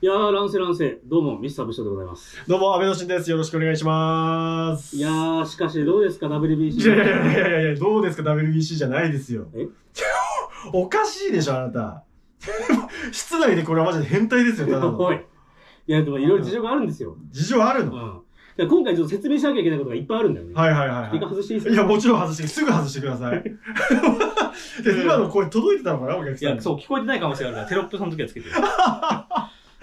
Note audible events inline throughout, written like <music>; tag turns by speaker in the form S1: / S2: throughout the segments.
S1: いやー、乱世乱世。どうも、ミスター武将でございます。
S2: どうも、安倍のしんです。よろしくお願いします。
S1: いやー、しかし、どうですか、
S2: いやい
S1: WBC。
S2: やいやいやいや、どうですか、WBC じゃないですよ。
S1: え
S2: <laughs> おかしいでしょ、あなた。 <laughs> 室内でこれはマジで変態ですよ、ただの。
S1: おい。いや、でも、いろいろ事情があるんですよ。
S2: 事情あ
S1: う
S2: る
S1: ん。
S2: の、
S1: いや今回、ちょっと説明しなきゃいけないことがいっぱいあるんだよね。
S2: はいはいはい
S1: 一回
S2: は
S1: 外していいで
S2: い。い
S1: すか
S2: や、もちろん外して、すぐ外してください。で今の声届いてたのかな、お客
S3: い
S2: さん
S3: や、
S2: に。
S3: そう、聞こえてないかもしれないから、テロップその時はつけ
S1: <laughs>
S3: てる。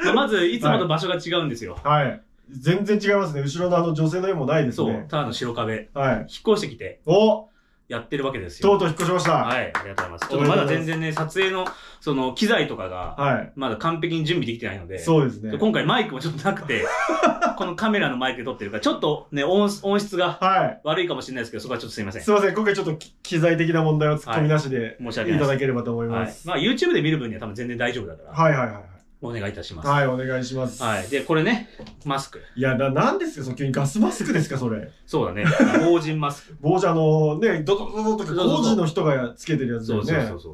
S3: まあまず、いつもと場所が違うんですよ。
S2: はい。全然違いますね。後ろのあの女性の絵もないです
S3: そう
S2: ね、。
S3: ターの白壁。
S2: はい。
S3: 引っ越してきて、
S2: お
S3: やってるわけです
S2: とう
S3: よ。
S2: とう引っ越しました。はい。
S3: はい、ありがとうございます。ちょっとまだ全然ね、撮影の、その、機材とかが、まだ完璧に準備できてないので、
S2: そうですね
S3: で。今回マイクもちょっとなく
S2: <laughs>
S3: て、このカメラのマイクで撮ってるから、ちょっとね、音音質が
S2: は
S3: 悪いかもしれないですけど、そこはちょっとすいませ
S2: い。
S3: ん。
S2: すいません、今回ちょっとき機材的な問題を突っ込みなしで、
S3: 申し訳ないい
S2: た
S3: で
S2: だければと思い
S3: す。
S2: ま
S3: はい。
S2: す。
S3: まあ、YouTube で見る分には多分全然大丈夫だから、
S2: はいはいはい
S3: お願いいたします。
S2: はい。はい、お願いします。
S3: はい。で、これね、マスク。
S2: いや、な、なんですか、その急にガスマスクですか、それ。
S3: そう
S2: <laughs>
S3: だね。防塵マスク。
S2: 棒じゃ、あの、ね、ドドドドドとか、
S3: そうそうそう
S2: 工事の人がつけてるやつだ
S3: そ
S2: よ
S3: うそうそ
S2: ね
S3: う。そう。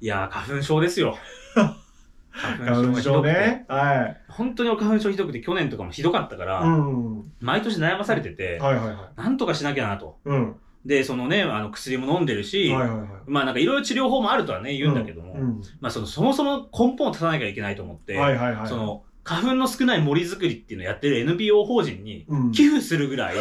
S3: いやー、花粉症ですよ。
S2: 花
S3: 花
S2: 粉症ね。はい。
S3: 本当に花粉症ひどくて、去年とかもひどかったから、
S2: うん。
S3: 毎年悩まされてて、
S2: はいはいはい。
S3: なんとかしなきゃなと。
S2: うん。は
S3: で、そのね、あの薬も飲んでるし、
S2: いはいはい。
S3: まあなんかいろいろ治療法もあるとはね、言うんだけども、
S2: うん
S3: まあそのそもそも根本を立たなきゃいけないと思って、
S2: はいはいはい。
S3: そ、の花粉の少ない森づくりっていうのをやってる NPO 法人に
S2: うん。
S3: 寄付するぐら
S2: <laughs>
S3: い、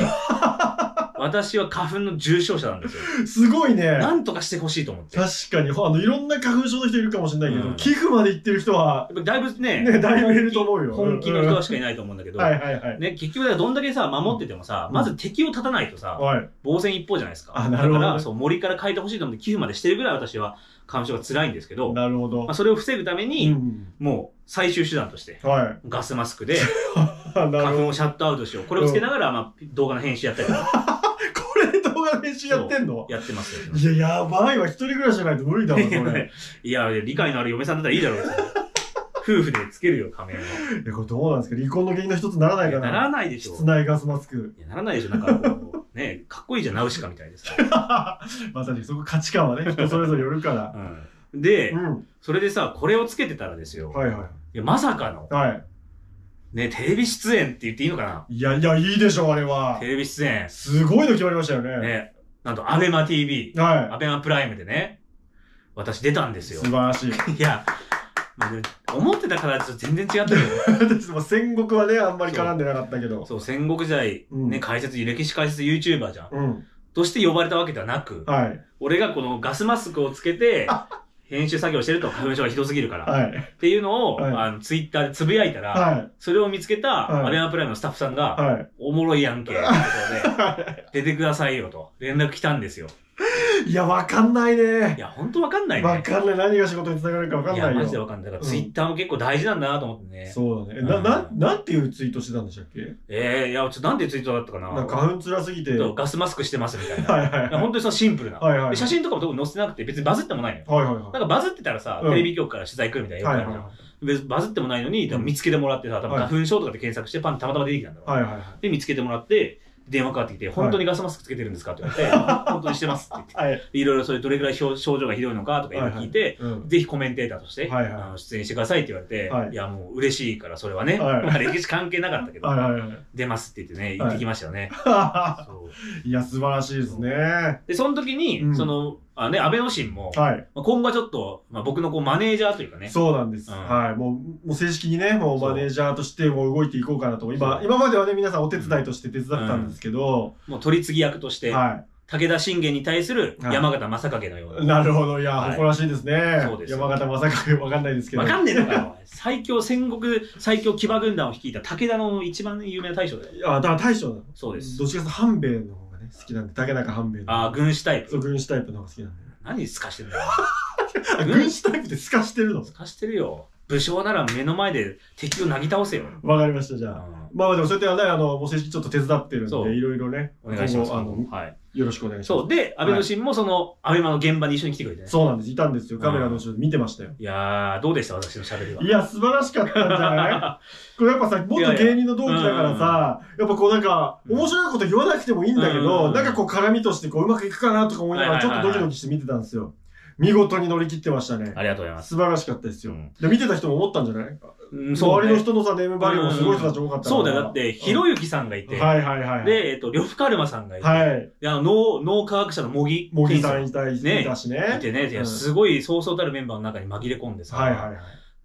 S3: 私は花粉の重症者なんですよ。
S2: すごいね。
S3: なんとかしてほしいと思って。や
S2: 確かに、あの、いろんな花粉症の人いるかもしれないけ
S3: う
S2: ど、
S3: ん
S2: 寄付まで行ってる人は、
S3: っぱだいぶね、
S2: ね、だいぶいると思うよ。
S3: 本気の人
S2: うん
S3: はしかいないと思うんだけど、
S2: はいはいはい。
S3: ね、結局だからどんだけさ、守っててもさ、
S2: うん
S3: まず敵を立たないとさ、
S2: はい。
S3: 防戦一方じゃないですか。
S2: あなるほどね
S3: だから、そう、森から変えてほしいと思って寄付までしてるぐらい私は、感傷が辛いんですけど、ま
S2: なるほど
S3: あ、。それを防ぐために、
S2: うん
S3: もう、最終手段として、
S2: はい。
S3: ガスマスクで、
S2: <laughs> なる
S3: 花
S2: ほど。
S3: 粉をシャットアウトしよう。これをつけながら、まあ、動画の編集やったりと
S2: <laughs>
S3: か、
S2: これで動画の編集やってんの
S3: やってますよ。 <laughs>
S2: いや、やばいわ。一人暮らしじゃないと無理だわ、それ。
S3: いや、理解のある嫁さんだったらいいだろう別に夫婦でつけるよ、仮面を。
S2: え、これどうなんですか離婚の原因の一つにならない
S3: い
S2: か
S3: や
S2: な
S3: ならないでしょ。
S2: 室内ガスマスク。 <laughs>
S3: いやならないでしょ。なんかこう、ね、かっこいいじゃん、ナウシカみたいです。
S2: まあ確かにそこ価値観はね、人それぞれよる
S3: <laughs>
S2: から。
S3: うん、で、
S2: うん。
S3: それでさ、これをつけてたらですよ。、
S2: はいいは
S3: や、まさかの、
S2: い。は
S3: ね、テレビ出演って言っていいのか
S2: い。いやいや、いいでしょう、あれ
S3: な
S2: は
S3: テ。レビ出演。
S2: すごいの決まりましたよね。
S3: ね、なんと、アベマ TV、
S2: は
S3: アベマプライムでね、私出たんで
S2: い。
S3: す
S2: 素
S3: よ。
S2: 晴らしい。 <laughs>
S3: いや、まあね思ってた形と全然違ったけど、
S2: 私も戦国はね、あんまり絡んでなかったけど。
S3: そう、戦国時代、
S2: うん
S3: ね、解説、歴史解説 YouTuber じゃん。
S2: うん。
S3: として呼ばれたわけではなく、
S2: はい。
S3: 俺がこのガスマスクをつけて、編集作業してると花粉症がひどすぎるから。
S2: はい。
S3: っていうのを、
S2: はい
S3: あの、ツイッターでつぶやいたら、
S2: はい。
S3: それを見つけ
S2: はい
S3: た、アベマプライムのスタッフさんが、
S2: は
S3: おもろいやんけ、ってことで、出てくださいよと、連絡来たんですよ。
S2: い。いや、わかんない
S3: い
S2: ね。
S3: や、ほんとわかんないね。
S2: わかんない。何が仕事に繋がるかわかん
S3: いや、
S2: ない
S3: マジで
S2: よ。
S3: わかんない。だから、
S2: うん
S3: ツイッターも結構大事なんだなと思ってね。
S2: そうだね。え
S3: う
S2: な、
S3: ん
S2: な、なんていうツイートしてたんでしたっけ
S3: ええいや、ちょっとなんてツイートだったかな。
S2: なんか花粉辛すぎて。
S3: ちょ
S2: は
S3: っと
S2: い
S3: ガスマスクしてますみたいな。
S2: はいはい。
S3: 本当にそのシンプルな。
S2: はいはいはい
S3: で写真とかも特に載せてなくて、別にバズってもないのよ。
S2: はいはいはい。
S3: なんかバズってたらさ、
S2: うん
S3: テレビ局から取材来るみたいなよくあるじゃん。別にバズってもないのに、多分見つけてもらってさ、多分
S2: はい
S3: 花粉症とかで検索してパンたまたま出てきたんだろう。
S2: はいはいは
S3: で、見つけてもらって、電話かかってきて、本当にガスマスクつけてるんですかって言われて、本当にしてますって言って。
S2: い。はい。
S3: でいろいろそれどれぐらい症症状がひどいのかとかいろいろ聞いて、
S2: うん。
S3: ぜひコメンテーターとして、
S2: はいはい
S3: あの出演してくださいって言われて、
S2: はい
S3: い、やもう嬉しいからそれはね、
S2: はい
S3: <laughs> まあ歴史関係なかったけど、
S2: はいはいはい。
S3: 出ますって言ってね、行ってきましたよね。そう
S2: い <laughs> や、素晴らしいですね。は
S3: で、その時に、
S2: うん
S3: その、あね、安倍のシンも、
S2: い。
S3: まあ、今後はちょっと、まあ、僕のこうマネージャーというかね、
S2: そうなんです。
S3: うん
S2: はい。もう、もう正式にね、もう
S3: そう
S2: マネージャーとしてもう動いていこうかなと。今、
S3: そう
S2: 今まではね、皆さんお手伝いとして手伝ってたんですけど、
S3: もう取り次ぎ役として、
S2: は
S3: 武田信玄に対する
S2: はい
S3: 山形正景のよう
S2: い。
S3: な。
S2: なるほど。いや、
S3: はい
S2: 誇らしいですね。
S3: そうですよ
S2: 山形正景わかんないですけど。
S3: わかんねえのかよ。最強戦国最強騎馬軍団を率いた武田の一番有名な大将だよ。
S2: いや、だから大将なの。
S3: そうです。
S2: どっちかというと半兵衛の方がね、好きなんで、竹中半兵衛の。
S3: ああ、軍師タイ
S2: そう、
S3: プ。
S2: 軍師タイプの方が好きなんで。
S3: 何すかしてんだよ。
S2: あ、軍師タイプって透かしてるの
S3: すかしてるよ。武将なら目の前で敵をなぎ倒せよ。
S2: わかりました、じゃあ。
S3: うん
S2: まあまあでもそうやってね、あの、もう正式にちょっと手伝ってるん
S3: そう
S2: で、いろいろね、
S3: お願いします。
S2: 今後あの、
S3: はい。
S2: よろしくお願いします。
S3: そう。で、安倍のシンもその、安倍マの現場に一緒に来てくれてね。
S2: そうなんです。いたんですよ。カメラの後ろで見てましたよ。
S3: いやー、どうでした私の喋りは。
S2: いや、素晴らしかったんじゃないこれやっぱさ、元芸人の同期だからさ、やっぱこうなんか、
S3: うん
S2: 面白いこと言わなくてもいいんだけ
S3: うんうんう
S2: ど、
S3: ん
S2: なんかこう絡みとしてこううまくいくかなとか思いながら、
S3: はい
S2: ちょ
S3: はい
S2: っ
S3: は
S2: と
S3: い
S2: ドキドキして見てたんですよ。見事に乗り切ってましたね。
S3: ありがとうございます。
S2: 素晴らしかったですよ
S3: うん。
S2: で見てた人も思ったんじゃない
S3: うんそう
S2: 周
S3: ね
S2: りの人のさ、ネームバリューもすごい人たち多かったから
S3: そうだよ、だって、ひろゆきさんがいて、
S2: はいはいはい。、
S3: で、えっと、呂布カルマさんがいて、
S2: はい。
S3: であの脳脳科学者の茂木
S2: 茂木さん
S3: 健
S2: いたい
S3: ね
S2: いたしね。
S3: さんいてね、いや
S2: うん
S3: すごいそうそうたるメンバーの中に紛れ込んでさ、
S2: はいはいはい。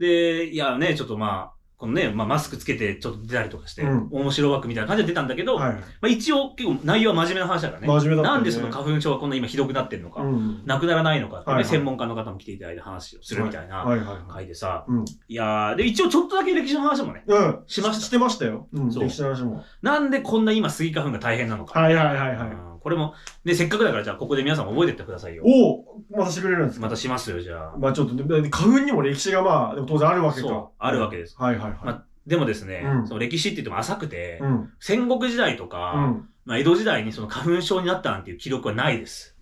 S3: で、いやね、ちょっとまあ、このね、まあ、マスクつけてちょっと出たりとかして、
S2: うん
S3: 面白枠みたいな感じで出たんだけど、
S2: はいはい
S3: まあ、一応結構内容は真面目な話だからね。
S2: 真面目だったね
S3: なんでその花粉症はこんな今ひどくなってんのか、
S2: うん
S3: なくならないのかってね、
S2: はいはい
S3: 専門家の方も来ていただいて話をするみたいな
S2: はいはいはい。
S3: 回でさ、
S2: うん。
S3: いやー、で、一応ちょっとだけ歴史の話もね、
S2: うん。
S3: しました
S2: してましたよ。うん。
S3: そう
S2: 歴史の話も。
S3: なんでこんな今スギ花粉が大変なのか。
S2: はいはいはいはい。
S3: うんこれも、で、せっかくだからじゃあここで皆さんも覚えてってくださいよ。
S2: おおまたしてくれるんですか
S3: またしますよ、じゃあ。
S2: まあちょっと、で花粉にも歴史がまあ、でも当然あるわけか
S3: そ。うあるわけです。
S2: はいはいはい。
S3: まあでもですね、
S2: うん
S3: その歴史って言っても浅くて、
S2: うん。
S3: 戦国時代と
S2: う
S3: か、
S2: ん。
S3: まあ、江戸時代にその花粉症になったなんていう記録はないです。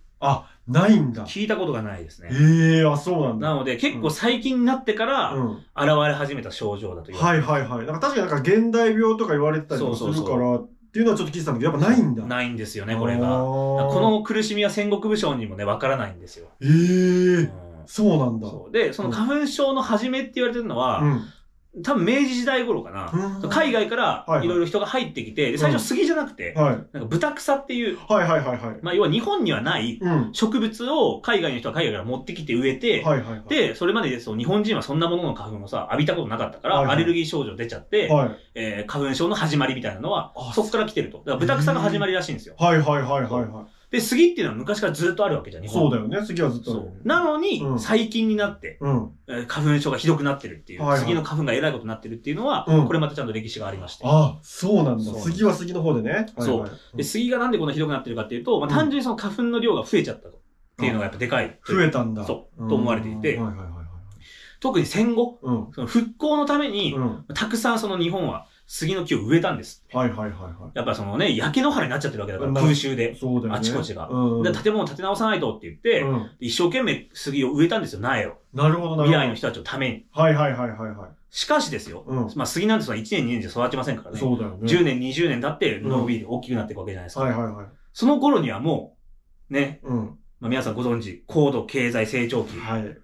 S2: ないんだ。
S3: 聞いたことがないです
S2: え
S3: ね。
S2: えー、あ、そうなんだ。
S3: なので、結構最近になってから、
S2: うん。
S3: 現れ始めた症状だという。
S2: はいはいはい。なんか確かになんか現代病とか言われてたりもす
S3: そう
S2: る
S3: そうそう
S2: からっていうのはちょっと聞いてたんだけど、やっぱないんだ。い
S3: ないんですよね、これ
S2: あ
S3: が。こ
S2: ー
S3: の苦しみは戦国武将にもね、わからないんですよ。
S2: え
S3: う
S2: ー、
S3: ん
S2: そうなんだ。
S3: そうで、その花粉症の始めって言われてるのは、
S2: うん。
S3: 多分明治時代頃かな。
S2: うん
S3: 海外か
S2: いは
S3: ら
S2: い
S3: いろいろ人が入ってきて、で最初杉じゃなくて、
S2: は
S3: な
S2: い。
S3: んか豚草っていう、
S2: はいはいはいはい。
S3: まあ要は日本にはない
S2: うん。
S3: 植物を海外の人は海外から持ってきて植えて、
S2: はいはいはい。
S3: で、それまでそう日本人はそんなものの花粉をさ、浴びたことなかったか
S2: はい
S3: ら、
S2: はい
S3: アレルギー症状出ちゃって、
S2: はい。
S3: えー花粉症の始まりみたいなのは
S2: あ、
S3: そこから来てると。だから豚草が始まりらしいんですよ。
S2: はいはいはいはいは
S3: で、杉っていうのは昔からずっとあるわけじゃん、
S2: い。
S3: 日
S2: そ
S3: 本
S2: うだよね。次はずっとあるよ
S3: そ
S2: ね。
S3: う。なのに、
S2: うん
S3: 最近になって、
S2: うん。
S3: えー花粉症がひどくなってるっていう、
S2: はいはい
S3: 杉の花粉がえらいことになってるっていうのは、
S2: うん
S3: これまたちゃんと歴史がありまして。
S2: あ、そうなん
S3: そう
S2: だ。
S3: なんです
S2: 次は次の方でね。
S3: そう
S2: はいはい
S3: で、杉がなんでこんなひどくなってるかっていうと、まあ、
S2: うん
S3: 単純にその花粉の量が増えちゃったとっていうのがやっぱでかい。
S2: 増えたんだ。
S3: そう
S2: うん
S3: と思われていて
S2: はいはいはいはい。
S3: 特に戦後、
S2: うん。
S3: その復興のために
S2: う、ん。
S3: たくさんその日本は杉の木を植えたんです。
S2: はいはいはいは
S3: やっぱそのね、焼け野原になっちゃってるわけだから、
S2: うん
S3: 空襲
S2: い。
S3: で。
S2: そうだよ
S3: あ
S2: ね。
S3: ちこちが
S2: うん。
S3: で建物を建て直さないとって言って、
S2: うん
S3: 一生懸命杉を植えたんですよ、苗を。
S2: なるほどなるほど。
S3: 未来の人たちのために。
S2: はいはいはいはいはい。
S3: しかしですよ、
S2: うん
S3: まあ杉なんてその1年2年じゃ育ちませんからね。
S2: そうだよね。
S3: 10年、20年経って伸びて大きくなっていくわけじゃないですか。
S2: はいはいはい。
S3: その頃にはもう、ね、
S2: うん。
S3: まあ、皆さんご存知、高度経済成長期、
S2: はい。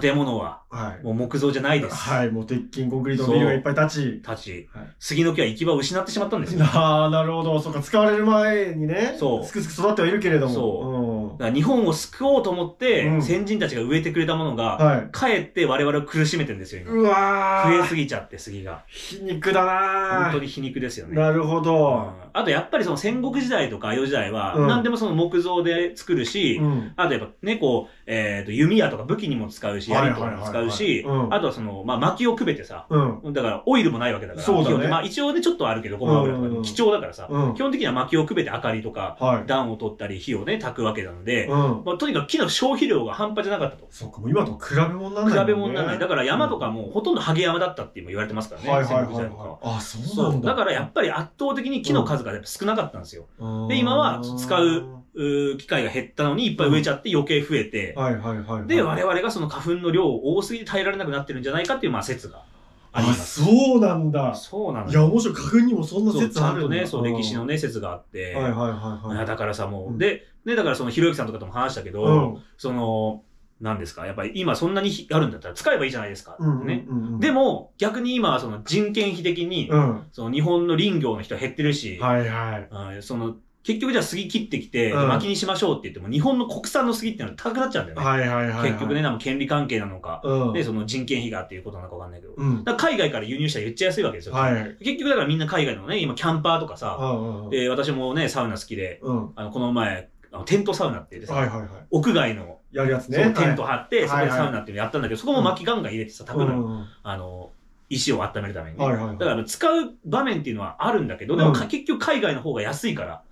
S3: 建物は
S2: はい。
S3: もう木造じゃないです。
S2: はい。もう鉄筋コンクリートのビルがいっぱい立
S3: たち、
S2: はい
S3: 杉の木は行き場を失ってしまったんです
S2: ち。
S3: よ。だか
S2: <laughs> ああ、なるほど。そうか、使われる前にね。
S3: そう
S2: すくすく育ってはいるけれども。
S3: そ
S2: そ
S3: ら日本を救おうと思って、
S2: うん
S3: 先人たちが植えてくれたもの
S2: うん。
S3: が、
S2: はい。
S3: かえって我々を苦しめてんですよ、今。
S2: うわ
S3: 増え
S2: ー。
S3: すぎちゃって、杉が。
S2: 皮肉だなー
S3: 本当に皮肉ですよね。
S2: なるほど。
S3: うんあとやっぱりその戦国時代とか江戸時代は、
S2: うん
S3: 何でもその木造で作るし、
S2: うん。
S3: あとやっぱね、こう、えっ、と、弓矢とか武器にも使うし、
S2: は
S3: 槍
S2: いは
S3: と
S2: い
S3: か
S2: はい
S3: に
S2: はい
S3: も使うし
S2: う、ん
S3: あとはその、まあ、薪をくべてさ、
S2: うん。
S3: だからオイルもないわけだから、
S2: そうだね
S3: 基本的にまあ一応ね、ちょっとあるけど、ごま油とか
S2: うんうん
S3: ね
S2: うん
S3: 貴重だからさ、
S2: うん
S3: 基本的には薪をくべて明かりとか、
S2: はい。
S3: 暖を取ったり火をね、焚くわけなので、
S2: うん。
S3: まあ、とにかく木の消費量が半端じゃなかったと。
S2: そうか、もう今と比べ物になんないもんね。
S3: 比べ物にならない。だから山とかもほとんどハゲ山だったって今言われてますからね、
S2: はいはいはい
S3: 戦国時代とか
S2: は。
S3: はい
S2: あ、そうな
S3: そ
S2: ん
S3: う。
S2: だ。
S3: だからやっぱり圧倒的に木の数がやっぱ少なかったんですよ。
S2: うん
S3: で今は使う。うー機械が減ったのにいっぱい植えちゃって余計増えて、
S2: はいはいはいはい。
S3: で、我々がその花粉の量を多すぎて耐えられなくなってるんじゃないかっていう、まあ、説があり
S2: あ、
S3: ます。
S2: そうなんだ。
S3: そうなの
S2: い
S3: よ
S2: や、面白い。花粉にもそんな
S3: そうち
S2: 説
S3: ゃ
S2: あ
S3: ん
S2: る
S3: と
S2: んだ
S3: ね、そう、歴史の。ね、説があっ
S2: う
S3: て
S2: ん。はいはいはいい
S3: や
S2: はい。
S3: だからさ、も
S2: う
S3: う、
S2: ん
S3: で、ね、だからその、ひろゆきさんとかとも話したけ
S2: う
S3: ど、
S2: ん。
S3: その、なんですか、やっぱり今そんなにひあるんだったら使えばいいじゃないですか
S2: うんうん。う、
S3: ね。
S2: ん。
S3: でも、逆に今はその人件費的に
S2: う、ん。
S3: その日本の林業の人は減ってるし、
S2: はいはい。
S3: うんその、結局じゃあ杉切ってきて、
S2: うん
S3: 薪にしましょうって言っても、日本の国産の杉っていうのは高くなっちゃうんだよね。
S2: はいはいはい。
S3: 結局ね、。なんか権利関係なのか、
S2: うん。
S3: で、その人件費がっていうことなのかわかんないけど、だ
S2: うん。
S3: から海外から輸入したら言っちゃいやすいわけですよ。
S2: はい。うん
S3: 結局だからみんな海外のね、今キャンパーとかさ、
S2: うんうん。
S3: で私もね、サウナ好きで、
S2: うん。は
S3: あの、この前、あのテントサウナって言って
S2: い
S3: さ、
S2: はいは
S3: 屋外の、
S2: い。やるやつ
S3: そう
S2: ね。
S3: テント張って、そこ
S2: はい
S3: でサウナっていうのやったんだけど、そこも薪ガンガン入れてさ、
S2: は
S3: 炊
S2: い。う
S3: く
S2: ん
S3: のよ、
S2: うん。
S3: あの、石を温めるためにね。
S2: はいはいは
S3: だ
S2: い
S3: からあの使う場面っていうのはあるんだけど、でもか
S2: うん
S3: 結局海外の方が安いから、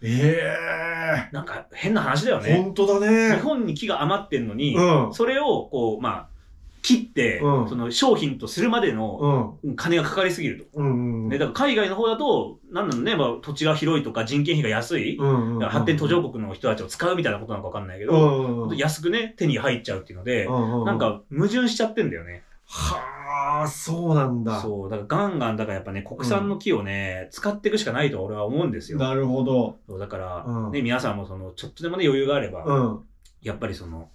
S2: え
S3: なんか変な話だよ
S2: え。
S3: ね。
S2: 本当だ
S3: 日
S2: ね。
S3: 本に木が余ってんのに、
S2: うん。
S3: それをこう、まあ、切って、
S2: うん
S3: その商品とするまでの
S2: うん。
S3: 金がかかりすぎると。
S2: うんうん。
S3: ね、だから海外の方だと、なんなのね、まあ、土地が広いとか人件費が安い、
S2: うんうん
S3: だから発展途上国の人たちを使うみたいなことなのかわかんないけ
S2: う
S3: ど、
S2: んうんうん。
S3: 安くね、手に入っちゃうっていうので、
S2: うんう
S3: なん、か矛盾しちゃってんだよね。
S2: はあ、そうなんだ。
S3: そう、だからガンガン、だからやっぱね、国産の木をね、使っていくしかないと俺は思うんですよ。
S2: なるほど。
S3: そうだから、
S2: うん
S3: ね、皆さんもその、ちょっとでもね、余裕があれば、
S2: うん。
S3: やっぱりその、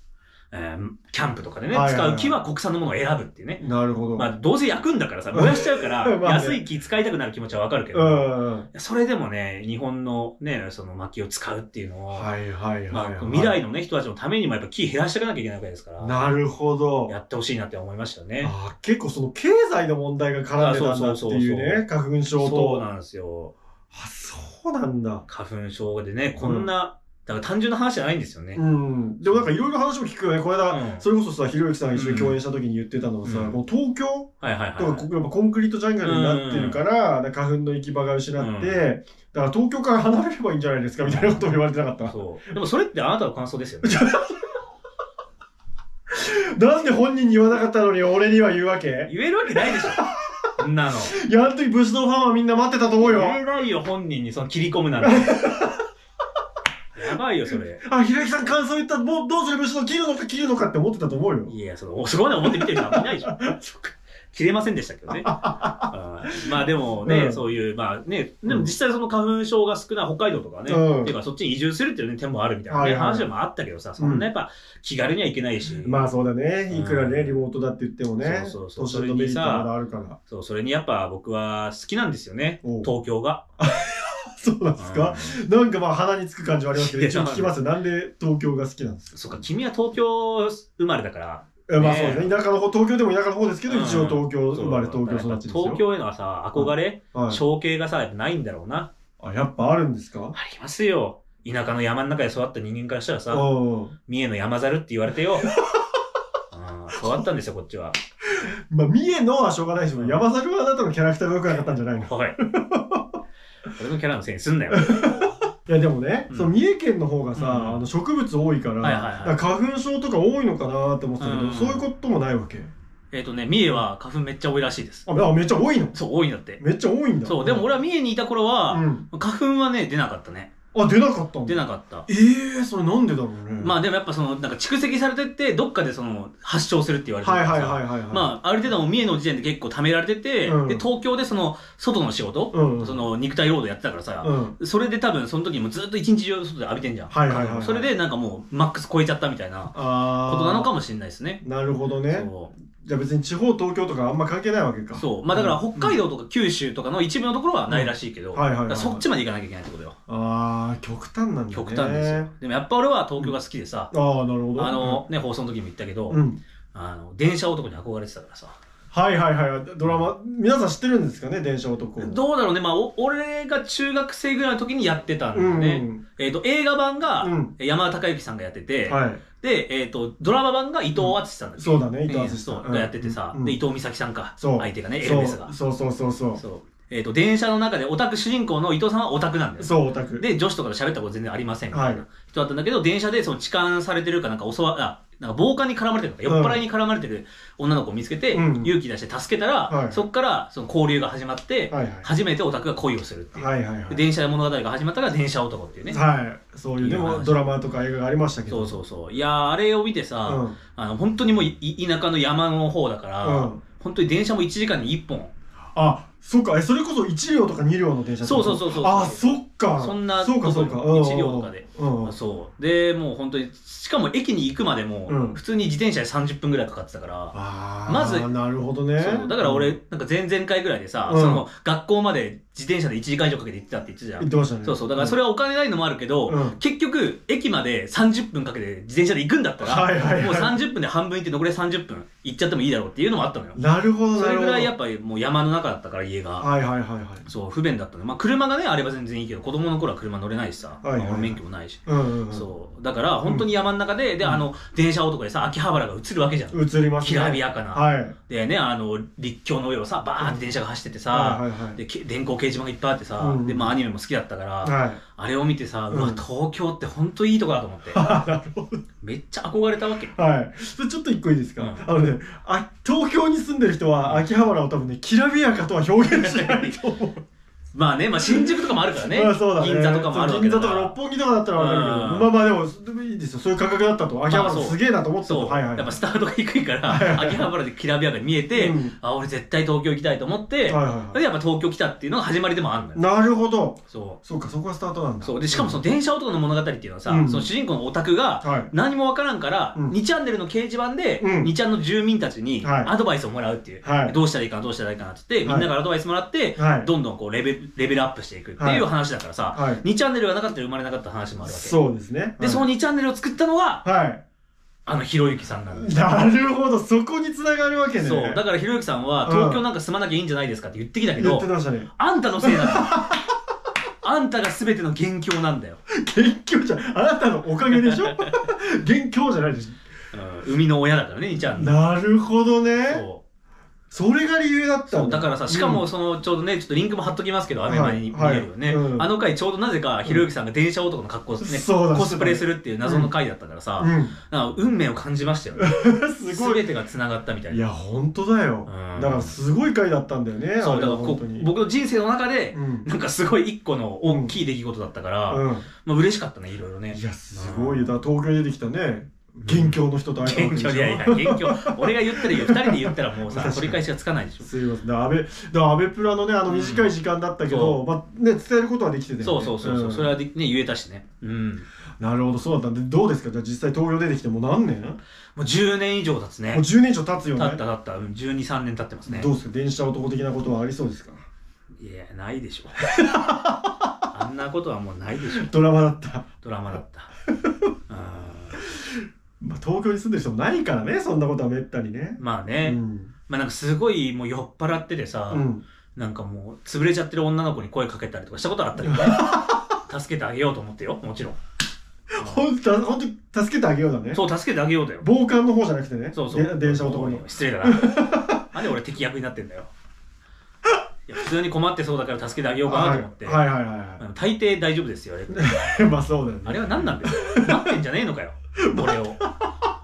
S3: えーキャンプとかでね、
S2: はいはいはい
S3: 使う木は国産のものを選ぶっていうね。
S2: なるほど。
S3: まあ、どうせ焼くんだからさ、燃やしちゃうから、
S2: <laughs> まあね
S3: 安い木使いたくなる気持ちはわかるけ
S2: う
S3: ど、
S2: んうん。
S3: それでもね、日本のね、その薪を使うっていうのを、
S2: はいはい
S3: ま
S2: は
S3: あ
S2: いはい。
S3: 未来のね、人たちのためにもやっぱ木減らしていかなきゃいけないわけですから、
S2: なるほど。
S3: やってほしいなって思いましたね。
S2: あー結構その経済の問題が絡んでたんだっていうね、花粉症と。
S3: そうなんですよ。
S2: あ、そうなんだ。
S3: 花粉症でね、こんな、だから単純な話じゃないんですよね。
S2: うん。でもなんかいろいろ話も聞くよね。これだ、
S3: うん
S2: それこそさ、ひろゆきさん一緒に共演した時に言ってたのはさ、
S3: うん
S2: この東京
S3: はいはいはい
S2: とかこやっぱコンクリートジャングルになってるから、だから花粉の行き場が失って、
S3: うん
S2: だから東京から離れればいいんじゃないですかみたいなことも言われてなかった。
S3: そう。でもそれってあなたの感想ですよね。
S2: なんで本人に言わなかったのに俺には言うわけ
S3: 言えるわけないでしょ。そんなの。
S2: いや、あの時武士道ファンはみんな待ってたと思うよ。
S3: 言えないよ、本人にその切り込むなんて。 <laughs> やばいよ、それ。
S2: あ、ひろゆきさん感想言った。もうどうする武士道切るのか切るのかって思ってたと思うよ。
S3: いや、その、そこまで思って見てる人はいないでし
S2: <laughs>
S3: ょ。そっか切れませんでしたけどね。あーまあでもね、
S2: うん
S3: そういう、まあね、でも実際その花粉症が少ない北海道とかね、
S2: うん
S3: っていうかそっちに移住するっていうね、手もあるみたいな、ね
S2: はいはい
S3: 話でもあったけどさ、そんなやっぱ気軽にはいけないし、
S2: まあそうだね。いくらね、
S3: うん
S2: リモートだって言ってもね。
S3: そうそうそう
S2: 都心のメリットはまだあるから。
S3: そう、それにやっぱ僕は好きなんですよね、
S2: おう
S3: 東京が。
S2: そうなんですか、なんかまあ鼻につく感じはありますけど、一応聞きますよ。なんで東京が好きなんですか
S3: そっか、君は東京生まれだから、
S2: えまあそ
S3: ね
S2: う
S3: え
S2: ですね。田舎の方、東京でも田舎の方ですけど、
S3: うん
S2: 一応東京生まれ、
S3: そう
S2: 東京育ちですよ。
S3: 東京へのさ、憧れ、
S2: はい
S3: 象形がさ、やっぱないんだろうな。
S2: あ、やっぱあるんですか
S3: ありますよ。田舎の山の中で育った人間からしたらさ、
S2: うん。
S3: 三重の山猿って言われてよ。 <laughs> あー育ったんですよ、こっちは。
S2: まあ、三重のはしょうがないし、山猿はあなたのキャラクターが良くなかったんじゃないのい
S3: おい。
S2: <laughs>
S3: 俺のキャラのせいにすんなよ。
S2: や、でもね、
S3: うん
S2: その三重県の方がさ、
S3: うん
S2: あの植物多いから、
S3: はいはいはい
S2: だから花粉症とか多いのかなって思ってたけど、
S3: うん
S2: そういうこともないわけ。
S3: えっとね、三重は花粉めっちゃ多いらしいです。
S2: あ、あめっちゃ多いの
S3: そう、多いんだって。
S2: めっちゃ多いんだ。
S3: そう、でも俺は三重にいた頃
S2: う
S3: は、
S2: ん。
S3: 花粉はね、出なかったね。
S2: あ、出なかったんだ。
S3: 出なかった。
S2: ええそれなんでだろうね。
S3: まあでもやっぱその、なんか蓄積されてって、どっかでその、発症するって言われてる
S2: は
S3: か
S2: い
S3: らさ
S2: はいはいはいはい。
S3: まあ、ある程度もう三重の時点で結構貯められてて、
S2: うん
S3: で、東京でその、外の仕事、
S2: うん
S3: その、肉体労働やってたからさ、
S2: うん。
S3: それで多分その時もずっと一日中外で浴びてんじゃん。
S2: はいはいはいはい
S3: それでなんかもう、マックス超えちゃったみたいなこ
S2: あー
S3: となのかもしれないですね。
S2: なるほどね。
S3: そ
S2: じゃあ別に地方、東京とかあんま関係ないわけか。
S3: う。そう。まあだから北海道とか九州とかの一部のところはないらしいけど、
S2: うんはいはいはいはい
S3: だからそっちまで行かなきゃいけないってことよ。
S2: ああ、極端なんだね。
S3: 極端ですよ。でもやっぱ俺は東京が好きでさ、
S2: ああ、なるほど。
S3: あの、ね、放送の時も言ったけど、
S2: うん。
S3: あの、電車男に憧れてたからさ。
S2: はいはいはい。ドラマ、皆さん知ってるんですかね、電車男。
S3: どうだろうね、まあ、お俺が中学生ぐらいの時にやってたんだ
S2: うんう
S3: よ
S2: ん
S3: ね。えっ、と、映画版が
S2: うん
S3: 山田孝之さんがやってて、
S2: はい。
S3: で、えっ、と、ドラマ版が伊藤敦さんだっけ
S2: そうだね、伊藤
S3: えー
S2: 淳さ
S3: そ
S2: ん。
S3: うがやっててさ、
S2: うん
S3: で、伊藤美咲さんか、
S2: そう
S3: 相手がね、エル
S2: そう
S3: メスが。
S2: そうそうそうそう。
S3: そう。えっ、と、電車の中でオタク主人公の伊藤さんはオタクなんだよ。
S2: そう、オタク。
S3: で、女子とかと喋ったこと全然ありませんみたい
S2: は
S3: な人だったんだけど、電車でその痴漢されてるかなんか襲わ、あ、なんか暴漢に絡まれてるのか、酔っ払いに絡まれてる女の子を見つけて、
S2: うん
S3: 勇気出して助けたら、
S2: はい
S3: そっからその交流が始まって、
S2: はいはい
S3: 初めてオタクが恋をするっていう。
S2: はいはいはい。
S3: で電車物語が始まったから電車男っていうね。
S2: はい。そういう、で
S3: いい
S2: も
S3: 話
S2: ドラマとか映画がありましたけ
S3: そ
S2: ど。
S3: うそうそう。いやー、あれを見てさ、
S2: うん
S3: あの、本当にもういい田舎の山の方だから、
S2: うん
S3: 本当に電車も1時間に1本。
S2: あ、そうか。え、それこそ1両とか2両の電車ってこと
S3: そうそうそうそう
S2: あ、そっか。
S3: そんな
S2: そうかそうか。
S3: とこに1両とかで
S2: うん。うん
S3: そう。で、もう本当に、しかも駅に行くまでも、
S2: うん
S3: 普通に自転車で30分ぐらいかかってたから、
S2: あー
S3: まず
S2: なるほどね
S3: そうだから俺、なんか前々回ぐらいでさ、
S2: うん
S3: その、学校まで自転車で1時間以上かけて行ってたって言ってたじゃ
S2: 言っ
S3: ん。
S2: てましたね
S3: そうそう。だからそれはお金ないのもあるけど、
S2: うん
S3: 結局、駅まで30分かけて自転車で行くんだったら、
S2: はいはいはい
S3: もう30分で半分行って残り30分行っちゃってもいいだろうっていうのもあったのよ。
S2: なるほどなるほど
S3: それぐらいやっぱりもう山の中だったから家が。
S2: はいはいはいはい
S3: そう、不便だったの。まあ車がね、あれば全然いいけど、子供の頃は車乗れないしさ、
S2: はいはい
S3: まあ俺免許もないし。
S2: うんうんうん
S3: そう。だから、本当に山の中で、で、あの、電車男でさ、秋葉原が映るわけじゃん。
S2: 映りますね
S3: きらびやかな。
S2: はいはい
S3: でね、あの、立教の上をさ、バーって電車が走っててさ、
S2: はいはいはい
S3: で、け電光掲示板がいっぱいあってさ、
S2: うん
S3: で、まあアニメも好きだったから、
S2: はい <laughs>
S3: あれを見てさ、う
S2: う
S3: わ、
S2: ん
S3: 東京って本当いいとこだと
S2: <laughs>
S3: 思って。めっちゃ憧れたわけ。
S2: はいそれちょっと一個いいですか、
S3: うん
S2: あのねあ東京に住んでる人は秋葉原を多分ねきらびやかとは表現しないと思う
S3: まあね、まあ新宿とかもあるからね。
S2: まあそうだね、
S3: 銀座とかもあるわけだ
S2: そう銀座とか六本木とかだったらわかるけど、
S3: うん
S2: まあまあでも、でもいいですよ。そういう価格だったと。秋葉
S3: まあそう
S2: 原すげえなと思ってた
S3: そ
S2: と。
S3: う、
S2: はいはい。
S3: やっぱスタートが低いから、秋葉原できらびやかに見えて、
S2: うん
S3: あ、俺絶対東京行きたいと思って、
S2: はいはいは
S3: でやっぱ東京来たっていうのが始まりでもあるんだ
S2: い。
S3: よ。
S2: なるほど。
S3: そ
S2: そうか、そこがスタートなん
S3: う。
S2: だ。
S3: そう。で、しかもその電車男の物語っていうのはさ、
S2: うん
S3: その主人公のオタクが、
S2: はい。
S3: 何もわからんから、
S2: うん
S3: 2チャンネルの掲示板で、
S2: うん
S3: 2チャンの住民たちに
S2: はい
S3: アドバイスをもらうっていう。
S2: はい。
S3: どうしたらいいかな、どうしたらいいかなって言って、
S2: はい
S3: みんなからアドバイスもらって、
S2: はい。
S3: どんどんこうレベレベルアップしていくっていう話だからさ、
S2: はい。
S3: 2チャンネルがなかったら生まれなかった話もあるわけ。
S2: そうですね。
S3: で、そ
S2: の
S3: の2チャンネルを作ったのが、
S2: は
S3: あの、ひろゆきさんなんだ
S2: い。なるほど、そこに繋がるわけね。
S3: そう。だからひろゆきさんは、
S2: うん
S3: 東京なんか住まなきゃいいんじゃないですかって言ってきたけ
S2: 言
S3: ど
S2: って、ましたね。
S3: あんたのせいなんだ。あんたが全ての元凶なんだよ。
S2: 元凶じゃん、あなたのおか
S3: <laughs>
S2: げでしょ元凶じゃないでし
S3: 生みの親だからね、にちゃ
S2: ょ。
S3: んの。
S2: なるほどね。
S3: そう
S2: それが理由だった
S3: そ
S2: ん
S3: うだからさ、しかも、その、ちょうどね、ちょっとリンクも貼っときますけど、アメマに見れるよね
S2: はいはいう。ん
S3: あの回、ちょうどなぜか、ひろゆきさんが電車男の格好をね、
S2: そうだ
S3: コスプレするっていう謎の回だったから
S2: う
S3: さ、
S2: ん。
S3: なんか運命を感じましたよね。
S2: うん、 <laughs> すごい。
S3: 全てが繋がったみたい
S2: い
S3: な。
S2: や、本当だよ。
S3: うん
S2: だから、すごい回だったんだよね。
S3: そう、
S2: あ
S3: だか
S2: れ
S3: ら
S2: は
S3: こ
S2: 本当
S3: う、
S2: に。
S3: 僕の人生の中で
S2: う、ん。
S3: なんかすごい一個の大きい出来事だったから、
S2: う
S3: まあ嬉しかったね、いろいろね
S2: ん。。いや、すごいよ。だから、東京に出てきたね、元凶の人と会え
S3: 元
S2: たわけ
S3: 凶
S2: でし
S3: い
S2: ょ
S3: やいや、元凶。俺が言ったらいいよ。二人で言ったらもう
S2: 確か
S3: さ、
S2: に
S3: 取り返しがつかないでしょ。
S2: すいません。だから安倍、だから安倍プラのね、あの短い時間だったけど、まあ、ね、伝えることはできてたよね。
S3: そうそうそうそう、
S2: ん
S3: それはでね言えたしねうんも
S2: なるほど、そうだったんで、どうですかじゃあ実際東京出てきてもう何年も
S3: う10年以上経つ
S2: う
S3: ね
S2: 10年以上経つよ
S3: 経っ
S2: ね。
S3: た経ったうん1 2 3年経ってますね
S2: どうですか電車男的なことはありそうですか <laughs>
S3: いやないでしょあんなことはもうないでしょ
S2: ドラマだった。
S3: ドラマだ
S2: <laughs>
S3: ったあー
S2: まあ、東京に住んでる人もないからね、そんなことはめったにね。
S3: まあ
S2: う
S3: ね、
S2: ん。
S3: まあなんかすごいもう酔っ払っててさ、
S2: うん。
S3: なんかもう潰れちゃってる女の子に声かけたりとかしたことはあったけ
S2: <laughs>
S3: どね助けてあげようと思ってよもちろん
S2: ほんと、ほんと、助けてあげようだね。
S3: そう助けてあげようだよ
S2: 傍観の方じゃなくてね。
S3: そうそう。
S2: で電車男の。
S3: 失礼だな。
S2: <laughs>
S3: なんで俺敵役になってんだよ。いや普通に困ってそうだから助けてあげようかなと思って。
S2: はいはいはいは
S3: あの大抵大丈夫ですよ、あれ。
S2: い。 <laughs> まあそうだよね。
S3: あれは何なんだよ。待ってんじゃねえのかよ。
S2: <laughs>
S3: 俺を。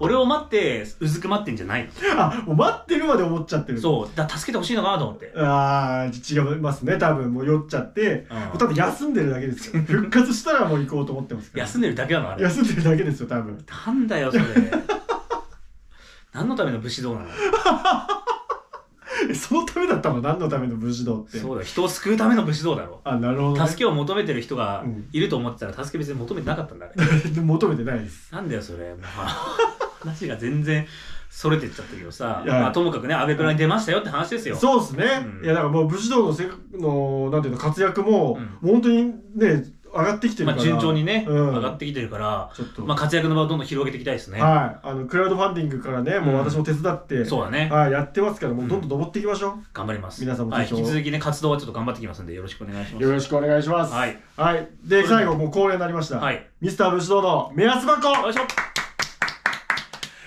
S3: 俺を待って、うずくまってんじゃない
S2: あ、もう待ってるまで思っちゃって
S3: の。
S2: る。
S3: そう。だ助けてほしいのかなと思って。
S2: ああ、違いますね。多分もう酔っちゃって、
S3: うん
S2: もう多分休んでるだけで
S3: <laughs>
S2: すよ。復活したらもう行こうと思ってますから。
S3: 休んでるだけなの、あれ。
S2: 休んでるだけですよ、多分。
S3: なんだよ、それ。 <laughs> 何のための武士道なの
S2: えそのためだったの何のための武士道って。
S3: そうだよ。人を救うための武士道だろ。
S2: あ、なるほど、ね。
S3: 助けを求めてる人が
S2: うん
S3: いると思ってたら、助け別に求めてなかったんだ、あ
S2: <laughs>
S3: れ。
S2: け求めてないです。
S3: なんだよそれ、まあ、話が全然それてっちゃったけどさ、
S2: いや
S3: まあ、ともかくね安倍プラに出ましたよって話ですよ
S2: そうですね、
S3: うん
S2: いやだからもう武士道のせのなんていうの活躍も、
S3: うん
S2: もう本当にね上がってきてるか
S3: ま
S2: ら、
S3: あ、順調にね、
S2: うん
S3: 上がってきてるから、
S2: ちょっと、
S3: まあ、活躍の場をどんどん広げていきたいですね、
S2: はいあのクラウドファンディングからねもう私も手伝って、
S3: そうだね、
S2: はいやってますからもうどんどん登っていきましょう、
S3: 頑張ります
S2: 皆さんも
S3: はい、
S2: ぜひ
S3: 引き続きね活動はちょっと頑張っていきますんでよろしくお願いします
S2: よろしくお願いします
S3: はい、
S2: はいで最後もう恒例になりました、
S3: はい、
S2: ミスター武士道の目安箱
S3: よいしょ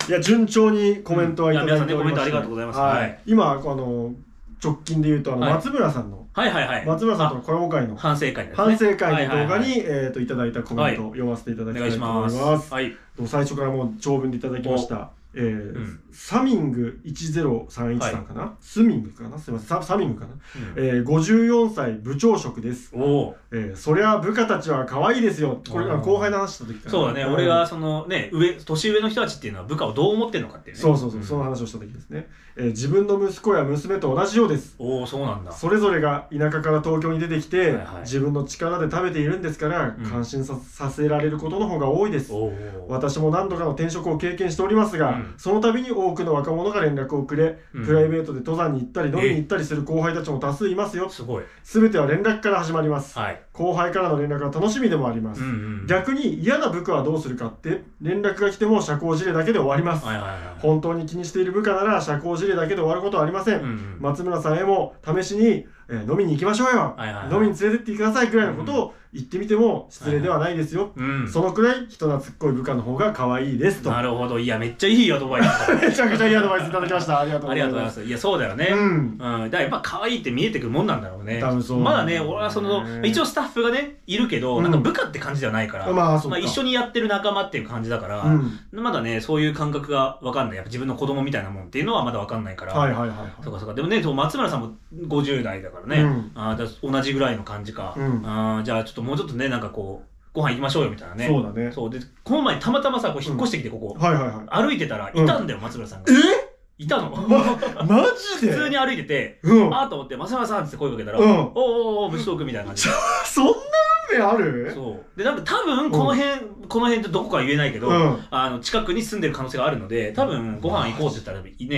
S2: いや順調にコメントはいただいておりま
S3: いや皆さんねコメント
S2: して、
S3: ありがとうございます
S2: は
S3: はい
S2: 今あの直近で言うとあの
S3: はい
S2: 松村さんの、
S3: はいはいはい
S2: 松村さんとのコラボ会の
S3: あ反省会ですね
S2: 反省会の動
S3: は
S2: 画
S3: いはいはい
S2: に、えっ、と、いただいたコメントを読ませていただ
S3: お
S2: きた
S3: 願
S2: い
S3: い
S2: と
S3: し
S2: 思
S3: ま
S2: い
S3: す
S2: ます。
S3: はい
S2: 最初からもう長文でいただきました。えー
S3: うん
S2: サミング1031さんかな、スミングかなすみませんサ、サミングかな、えー、54歳部長職です。
S3: おお
S2: えー、そりゃ部下たちは可愛いですよ。これ
S3: あー
S2: 後輩の話した時か
S3: ー
S2: な。
S3: そうだね、
S2: ん
S3: 俺がそのね上年上の人たちっていうのは部下をどう思ってるのかっていうね
S2: そうそうそう、
S3: ん
S2: その話をした時ですね、えー。自分の息子や娘と同じようです。
S3: おおそうなんだ
S2: それぞれが田舎から東京に出てきて、
S3: はいはい
S2: 自分の力で食べているんですから、
S3: うん
S2: 感心ささせられることの方が多いです
S3: おお
S2: 私も何度かの転職を経験しておりますが、
S3: うん
S2: その度に多くの若者が連絡をくれ、
S3: うん
S2: プライベートで登山に行ったり飲みに行ったりする後輩たちも多数いますよ
S3: すごい
S2: 全ては連絡から始まります、
S3: はい
S2: 後輩からの連絡は楽しみでもあります、
S3: うんうん
S2: 逆に嫌な部下はどうするかって連絡が来ても社交辞令だけで終わります、
S3: はいはいはい
S2: 本当に気にしている部下なら社交辞令だけで終わることはありません、
S3: うんうん
S2: 松村さんへも試しに、えー飲みに行きましょう
S3: は
S2: よ、
S3: いはいはい
S2: 飲みに連れてってくださいくらいのことを言ってみても失礼ではないですよ、
S3: うん
S2: そのくらい人懐っこい部下の方が可愛いですと
S3: なるほどいやめっちゃいいアドバイス
S2: めちゃくちゃいいアドバイスいただきま <laughs> したありがと
S3: あ
S2: うご
S3: り
S2: ざ
S3: が
S2: い
S3: とうござい
S2: ま
S3: ますすいやそうだよね
S2: うん
S3: うん、だからやっぱ可愛いって見えてくるもんなんだろうね
S2: 多分そう
S3: まだね俺はその
S2: ね
S3: 一応スタッフがねいるけど、
S2: うん
S3: なんか部下って感じではないから、
S2: まあそうか、
S3: 一緒にやってる仲間っていう感じだから、
S2: うん
S3: まだねそういう感覚が分かんないやっぱ自分の子供みたいなもんっていうのはまだ分かんないから、
S2: はいはいはいはい
S3: そうかそうかでもねそう松村さんも50代だからね。
S2: うん
S3: あーだ同じぐらいの感じか。
S2: うん
S3: あーじゃあちょっともうちょっとね、なんかこう、ご飯行きましょうよみたいなね。
S2: そうだね。
S3: そうで、この前たまたまさ、こう引っ越してきて、ここ、
S2: はいはいは
S3: 歩いてたら、いたんだよ、松村さんが。
S2: え
S3: いたの。
S2: い。マジで
S3: <laughs> 普通に歩いてて、
S2: うん。
S3: あーと思って、松村さんって声かけたら、
S2: うん
S3: おーおーおー、武士トークみたいな感じで。
S2: そんな運命ある
S3: そう。で、なんか多分、この辺、この辺ってどこかは言えないけど、
S2: うん。
S3: あの、近くに住んでる可能性があるので、多分、ご飯行こうって言ったら、ね、連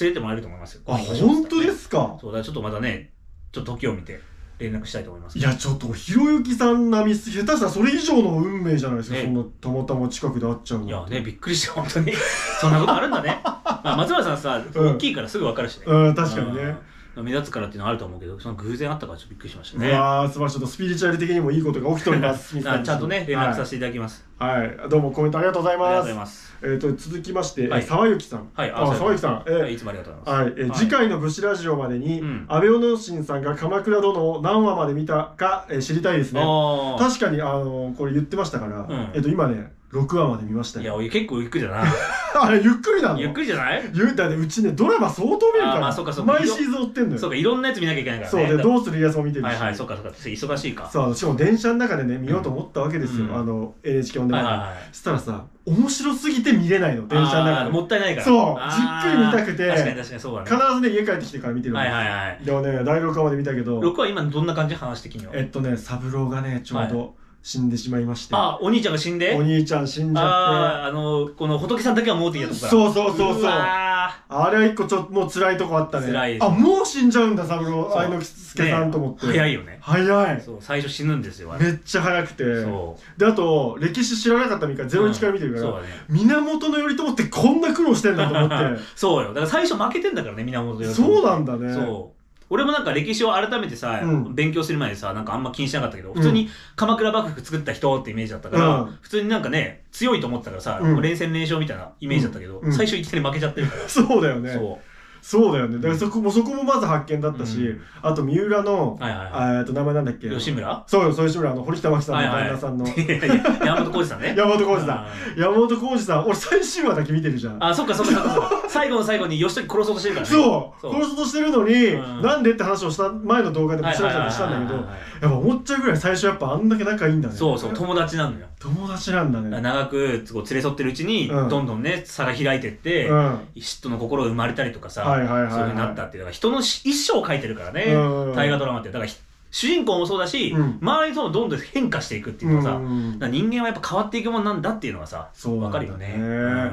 S3: れてもらえると思いますよ。
S2: あ、本当ですすか
S3: そうだから、ちょっとまたね、ちょっと時を見て、連絡したいと思います。
S2: いや、ちょっと、ひろゆきさん並みす、下手したらそれ以上の運命じゃないですか、
S3: ね
S2: そんな、たまたま近くで会っちゃうの。
S3: いやね、びっくりして、本当に。そんなことあるんだね。まあ、松村さんさ、
S2: うん
S3: 大きいからすぐ分かるしね。
S2: うん、確かにね。
S3: うん。目立つからっていうのはあると思うけど、その偶然あったからちょっとびっくりしました
S2: う
S3: ね。
S2: わー、素晴らしい。ちょっとスピリチュアル的にもいいことが起きております。水
S3: あ
S2: 谷
S3: ちゃんとね、連絡させていただきます。
S2: はい。はい。どうもコメントありがとうござい
S3: ありがとう
S2: ま
S3: ござ
S2: す
S3: い。ます。
S2: えっと、続きまして、
S3: はい
S2: 沢幸さん。
S3: はい、
S2: あ、沢幸さん。えー
S3: はいいつもありがとうございます。
S2: はい、えー
S3: はい
S2: 次回の武士ラジオまでに、
S3: うん
S2: 安倍小野進さんが鎌倉殿を何話まで見たか、えー知りたいですね。
S3: あー
S2: 確かに、あのーこれ言ってましたから、
S3: うん
S2: えっと、今ね、6話まで見ました
S3: い
S2: よ。
S3: や、俺結構ゆっくりだな。
S2: <laughs> あれ、ゆっくりな
S3: <laughs>
S2: の
S3: ゆっくりじゃない
S2: 言うたらね、うちね、ドラマ相当見るか
S3: あ
S2: ら、
S3: ーまあそうかそうか
S2: 毎シーズン追ってんのよ。
S3: そうか、いろんなやつ見なきゃいけないから
S2: そう
S3: ね。
S2: で、どうする家康も見てるし。
S3: はいはい、そうかそうか。忙しいか。
S2: そうあのしかも電車の中でね、見ようと思ったわけですよ。
S3: うん
S2: あの、NHK オンデ
S3: はい
S2: マ
S3: はい
S2: ンド
S3: はい。
S2: そしたらさ、面白すぎて見れないの、電車の
S3: あ
S2: 中
S3: ー
S2: で。
S3: もったいないから。
S2: そう
S3: あー
S2: じっくり見たくて
S3: 確かに確かにそうだね。
S2: 必ずね、家帰ってきてから見てるの。
S3: はいはいはい。
S2: でもね、第6話まで見たけど、
S3: 6は今どんな感じ話的には。
S2: えっとね、三郎がね、ちょうど死んでしまいまして、
S3: あ、お兄ちゃんが死んで
S2: お兄ちゃん死んじゃ
S3: ああー、あの、この仏さんだけは戻ってきた
S2: って、
S3: とか。
S2: そうそうそうそう。
S3: わ
S2: あれは一個ちょっともう辛いとこあったね。
S3: 辛いです
S2: あ、もう死んじゃうんだ、三郎、
S3: そう
S2: 愛之助さんと思っ
S3: ー
S2: て。
S3: 早いよね。
S2: 早い。
S3: そう、最初死ぬんですよ、あれ。
S2: めっちゃ早くて。
S3: そ
S2: で、あと、歴史知らなかった身から
S3: う。
S2: ゼロ一から見てるか
S3: うんそ
S2: ら、
S3: うだね。
S2: 源頼朝ってこんな苦労してんだと思っ
S3: そうよ。だから最初負けてんだからね、源
S2: て。
S3: 頼朝
S2: そうなんだね。
S3: そう。俺もなんか歴史を改めてさ、
S2: うん
S3: 勉強する前にさ、なんかあんま気にしなかったけど、普通に鎌倉幕府作った人ってイメージだったから、
S2: うん
S3: 普通になんかね、強いと思ってたからさ、
S2: うん
S3: 連戦連勝みたいなイメージだったけど、
S2: うんうん
S3: 最初いきなり負けちゃってるから。
S2: そうだよ
S3: <laughs>
S2: ね。
S3: そ
S2: そうだよね。だからそこも、そこもまず発見だったし、
S3: うん
S2: あと、三浦の
S3: う。、はいはいは
S2: あえっと、名前なんだっけ
S3: い。吉村
S2: そうよ、そういう人ら、あの、堀北真希さんの
S3: はいはい
S2: 旦
S3: <laughs>
S2: 那さんの、
S3: いやいや山本浩二さんね。
S2: <laughs> 山本浩二さん。
S3: あ
S2: 山本浩二さん、俺最終話だけ見てるじゃん。
S3: ーあ、そっかそっかそっかそっか。最後の最後に義時殺そうとしてるからね。
S2: そう
S3: そう
S2: 殺そうとしてるのに、
S3: うん
S2: なんでって話をした前の動画でも
S3: はい
S2: ち
S3: は
S2: ら
S3: い
S2: ち
S3: はいは
S2: ら
S3: い
S2: したんだけど、
S3: はい
S2: やっ
S3: はいはい
S2: ぱ思っちゃうぐらい最初やっぱあんだけ仲いいんだね。
S3: そうそう、友達なのよ。
S2: 友達なんだね。
S3: 長くこう連れ添ってるうちに、
S2: うん
S3: どんどんね、差が開いてって、
S2: うん。は
S3: 嫉妬の心が生まれたりとか
S2: い
S3: さ、
S2: はいはい、はい。
S3: そういうふうになったっていうだから人のし一生を書いてるからね、
S2: うん
S3: 大河ドラマってだからひ主人公もそうだし、
S2: うん
S3: 周りの人もどんどん変化していくっていうのさ、だ
S2: ん
S3: から人間はやっぱ変わっていくもんなんだっていうのがさ
S2: そうな
S3: わ
S2: ん
S3: か
S2: だ
S3: るよね、
S2: ね
S3: うん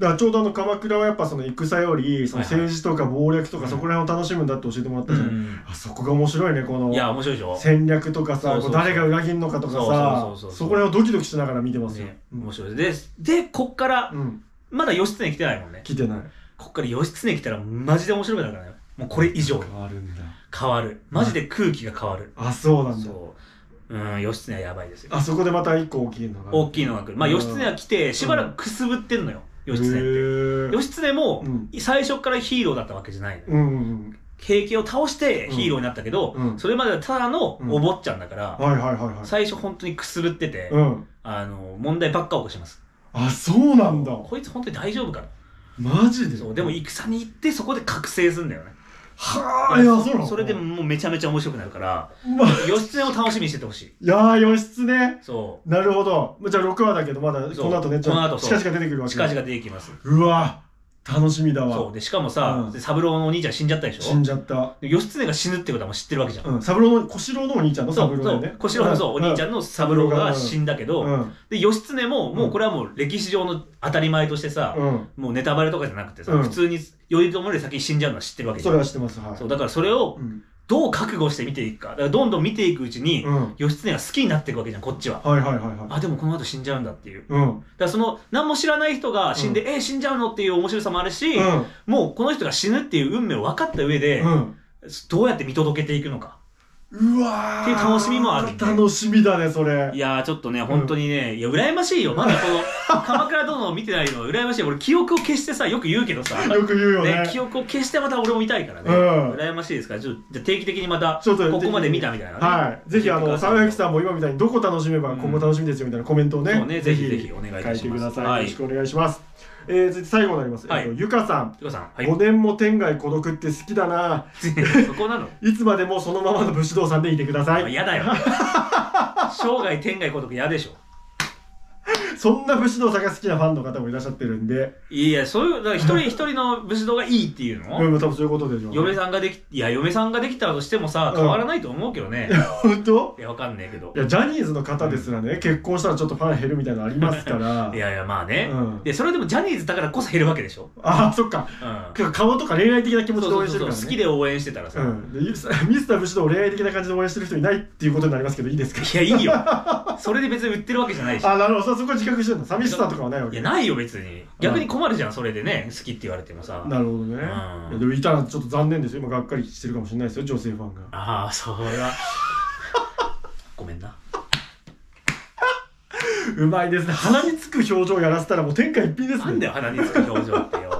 S2: だからちょうどあの鎌倉はやっぱその戦よりその政治とか謀略とかそこら辺を楽しむんだって教えてもらったじゃん、
S3: うん
S2: あそこが面白いねこの
S3: いや面白いでしょ、
S2: 戦略とか
S3: そ
S2: さ
S3: うそうそう
S2: こう誰が裏切るのかとか
S3: そうそうそう
S2: さ
S3: そう
S2: そこら辺をドキドキしながら見てますよ、
S3: ね、
S2: うん
S3: 面白いででこっから、
S2: うん
S3: まだ義経来てないもんね
S2: 来てない
S3: こっから義経来たらマジで面白くなるからねもうこれ以上に
S2: 変わるんだ
S3: 変わるマジで空気が変わる、
S2: あそうなんだ
S3: そううん義経はやばいですよ
S2: あそこでまた一個大きいのが
S3: 大
S2: い
S3: きいのが来るまあ
S2: うん
S3: 義経は来てしばらくくすぶってんのよ義
S2: へ
S3: 経って
S2: ー
S3: 義経も
S2: うん
S3: 最初からヒーローだったわけじゃないのよ
S2: うんうん
S3: 平家を倒してヒーローになったけど
S2: うん
S3: それまではただのお坊ちゃんだから
S2: はいはいはいはい
S3: 最初本当にくすぶってて
S2: うん
S3: あの問題ばっか起こします
S2: あそうなんだ
S3: こいつ本当に大丈夫か
S2: マジで
S3: なそうでも戦に行ってそこで覚醒するんだよね
S2: はあいやそうなの
S3: それでもうめちゃめちゃ面白くなるから
S2: まあ
S3: 義経を楽しみにしててほしい
S2: いやー義経
S3: そ
S2: なるほどじゃあ6話だけどまだこの後ねちょ
S3: この
S2: っ
S3: 後
S2: と
S3: そう
S2: 近々出てくるわ
S3: う
S2: け
S3: 近々出てきます
S2: うわ楽しみだ
S3: そ
S2: わ
S3: うでしかもさ
S2: うん
S3: で三郎のお兄ちゃん死んじゃったでしょ
S2: 死んじゃった
S3: で義経が死ぬってことはもう知ってるわけじゃん
S2: うん三郎の小四郎のお兄ちゃんの
S3: そ
S2: 三
S3: う
S2: 郎
S3: そ
S2: だ
S3: う
S2: よね
S3: 小四郎のそうお兄ちゃんの三郎が死んだけど、
S2: うんうん
S3: で義経ももうこれはもう歴史上の当たり前としてさ、
S2: うん
S3: もうネタバレとかじゃなくてさ、
S2: うん
S3: 普通に頼朝より先に死んじゃうのは知ってるわけじ
S2: そ
S3: ゃ
S2: れ
S3: ん
S2: は知ってますはい
S3: そうだからそれを
S2: うん
S3: どう覚悟して見ていくかだからどんどん見ていくうちに、
S2: うん
S3: 義経が好きになっていくわけじゃんこっちは。
S2: はいはいはいはい
S3: あでもこの後死んじゃうんだっていうだか
S2: うん
S3: らその何も知らない人が死んで、え死んじゃうのっていう面白さもあるし、
S2: うん
S3: もうこの人が死ぬっていう運命を分かった上で、
S2: うん
S3: どうやって見届けていくのか
S2: うわー
S3: っていう楽しみもあるね
S2: 楽しみだねそれ
S3: いやーちょっとね、本当にね、いや、羨ましいよ。まだこの、 <laughs> 鎌倉殿を見てないのは羨ましい。俺、記憶を消してさ、よく言うけどさ、
S2: よく言うよね
S3: ね記憶を消してまた俺も見たいからね。
S2: うん
S3: 羨ましいですから、ちょっと、じゃあ定期的にまた、
S2: ちょっと
S3: ここまで見たみたいなね。
S2: はいぜひあの沢
S3: 沢
S2: 木さんも今みたいにどこ楽しめば今後楽しみですよみたいなコメントをね
S3: そうねぜひぜひお願いいたします
S2: 書いてください、
S3: はい
S2: よろしくお願いしますえー、続いて最後になります。
S3: はい
S2: えっとゆかさん。
S3: ゆかさん、はい
S2: 5年も天涯孤独って好きだな。
S3: <laughs> そこなの
S2: いつまでもそのままの武士道さんでいてください。
S3: 嫌だ <laughs> よ。生涯天涯孤独嫌でしょ。
S2: そんな武士道さんが好きなファンの方もいらっしゃってるんで、
S3: いや、そういう、だから一人一人の武士道がいいっていうの
S2: これも多分そういうことでしょうね、
S3: 嫁さんができ、いや、嫁さんができたとしてもさ、
S2: うん
S3: 変わらないと思うけどね。
S2: 本当
S3: いや、わかんねえけど
S2: い。や、ジャニーズの方ですらね、結婚したらちょっとファン減るみたいなのありますから。
S3: いやいや、まあね
S2: う。ん。
S3: で、それでもジャニーズだからこそ減るわけでしょ。
S2: ああ、そっか。
S3: うん。
S2: 顔とか恋愛的な気
S3: そ
S2: 持
S3: う
S2: ちで
S3: そう
S2: 応援してる
S3: そう
S2: か
S3: そ
S2: ら、
S3: う、
S2: ね。
S3: 好きで応援してたらさ。
S2: うん、でミス <laughs> ミスター武士道を恋愛的な感じで応援してる人いないっていうことになりますけどいいですか
S3: いや、いいよ。
S2: <laughs>
S3: それで別に売ってるわけじゃないし。
S2: あなるほどそそこは自覚してるの寂しさとかはないわ
S3: い
S2: け
S3: や、ないよ、別に。逆に困るじゃん、それでね。好きって言われてもさ。
S2: なるほどね、
S3: ん
S2: いやでもいたらちょっと残念ですよ今がっかりしてるかもしれないですよ女性ファンが
S3: ああ、それ
S2: <laughs>
S3: は。ごめんな。
S2: うまいですね鼻につく表情やらせたらもう天下一品ですね
S3: なんだよ、鼻につく表情ってよ。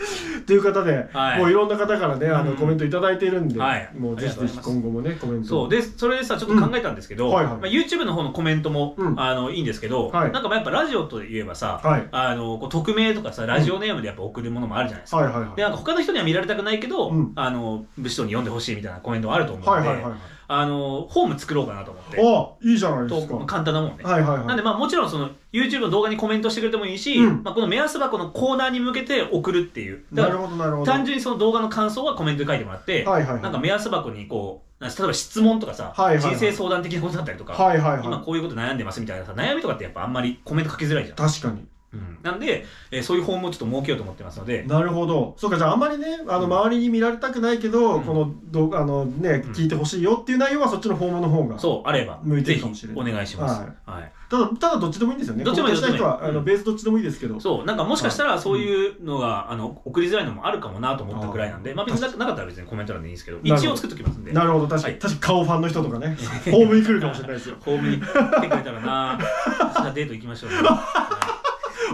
S2: っていう方で、
S3: はい
S2: もういろんな方からねあの、
S3: うん
S2: コメントいただいてるんで、
S3: はい
S2: もうぜひぜ
S3: あり
S2: ひ
S3: がとうござい
S2: 今後もねコメント
S3: そうでそれでさちょっと考えたんですけど、
S2: うんはいはい
S3: まあ、YouTube の方のコメントも、
S2: うん
S3: あのいいんですけど、
S2: はい
S3: なんかまあやっぱラジオといえばさ、
S2: はい
S3: あのこう匿名とかさラジオネームでやっぱ送るものもあるじゃないですか。
S2: はいはいはい
S3: でなんか他の人には見られたくないけど、
S2: うん
S3: あの武士道に読んでほしいみたいなコメントもあると思うの
S2: はい
S3: で、
S2: はいはいはい
S3: あのホーム作ろうかなと思って
S2: あいいじゃないですか
S3: と
S2: は
S3: 簡単なもんね、
S2: いはいはい
S3: なんでまあもちろんその YouTube の動画にコメントしてくれてもいいし、
S2: うん
S3: まあ、この目安箱のコーナーに向けて送るっていうだ
S2: な
S3: か
S2: る
S3: ら
S2: ほどなるほど
S3: 単純にその動画の感想はコメントで書いてもらって、
S2: はいはいはい
S3: なんか目安箱にこう、例えば質問とかさ、
S2: はいはいはい
S3: 人生相談的なことだったりとか、
S2: はいはい
S3: 今
S2: は
S3: こういうこと悩んでますみたいなさ、悩みとかってやっぱあんまりコメント書きづらいじゃ
S2: い
S3: ん。
S2: 確かに
S3: うんなんで、えーそういうフォームをちょっと設けようと思ってますので、
S2: なるほど。そうか、じゃああんまりね、あの、周りに見られたくないけど、
S3: うん
S2: この、ど、あの、ね、
S3: うん
S2: 聞いてほしいよっていう内容はそっちのフォームの方が。
S3: そう、あれば、
S2: 向いて
S3: ぜ
S2: る
S3: ひ
S2: かもしれない
S3: お願いします。
S2: はい
S3: はい。
S2: ただ、ただどっちでもいいんですよね。
S3: どっちでもいい
S2: コメント
S3: どっち
S2: したい人
S3: でもい
S2: は、あ
S3: い
S2: の、
S3: うん
S2: ベースどっちでもいいですけど。
S3: そう、なんかもしかしたらそういうのが、あの、送りづらいのもあるかもなと思ったぐらいなんで、
S2: あー
S3: まあ別にななかったら別にコメント欄でいいんですけど、
S2: なるほど
S3: 一応作っときますんで、
S2: なるほど、確かに。
S3: はい
S2: 確かに顔ファンの人と
S3: <laughs>
S2: かね、 <laughs> ホームに来るかもしれないですよ。
S3: ホームに来てくれたら
S2: <laughs>
S3: なさあデート行きましょうね。は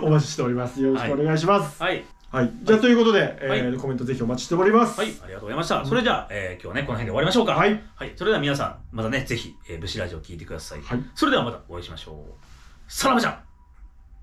S2: お待ちしております。よろしくお願いします。
S3: い。
S2: はい。じゃあ、ということで、え
S3: はい
S2: ーコメントぜひお待ちしております。
S3: はい、ありがとうございました。それじゃあ、えー今日はね、この辺で終わりましょうか。
S2: はい。
S3: それでは皆さん、またね、ぜひ、えー、武士ラジオ聞いてください。
S2: はい
S3: それではまたお会いしましょう。さらばじゃん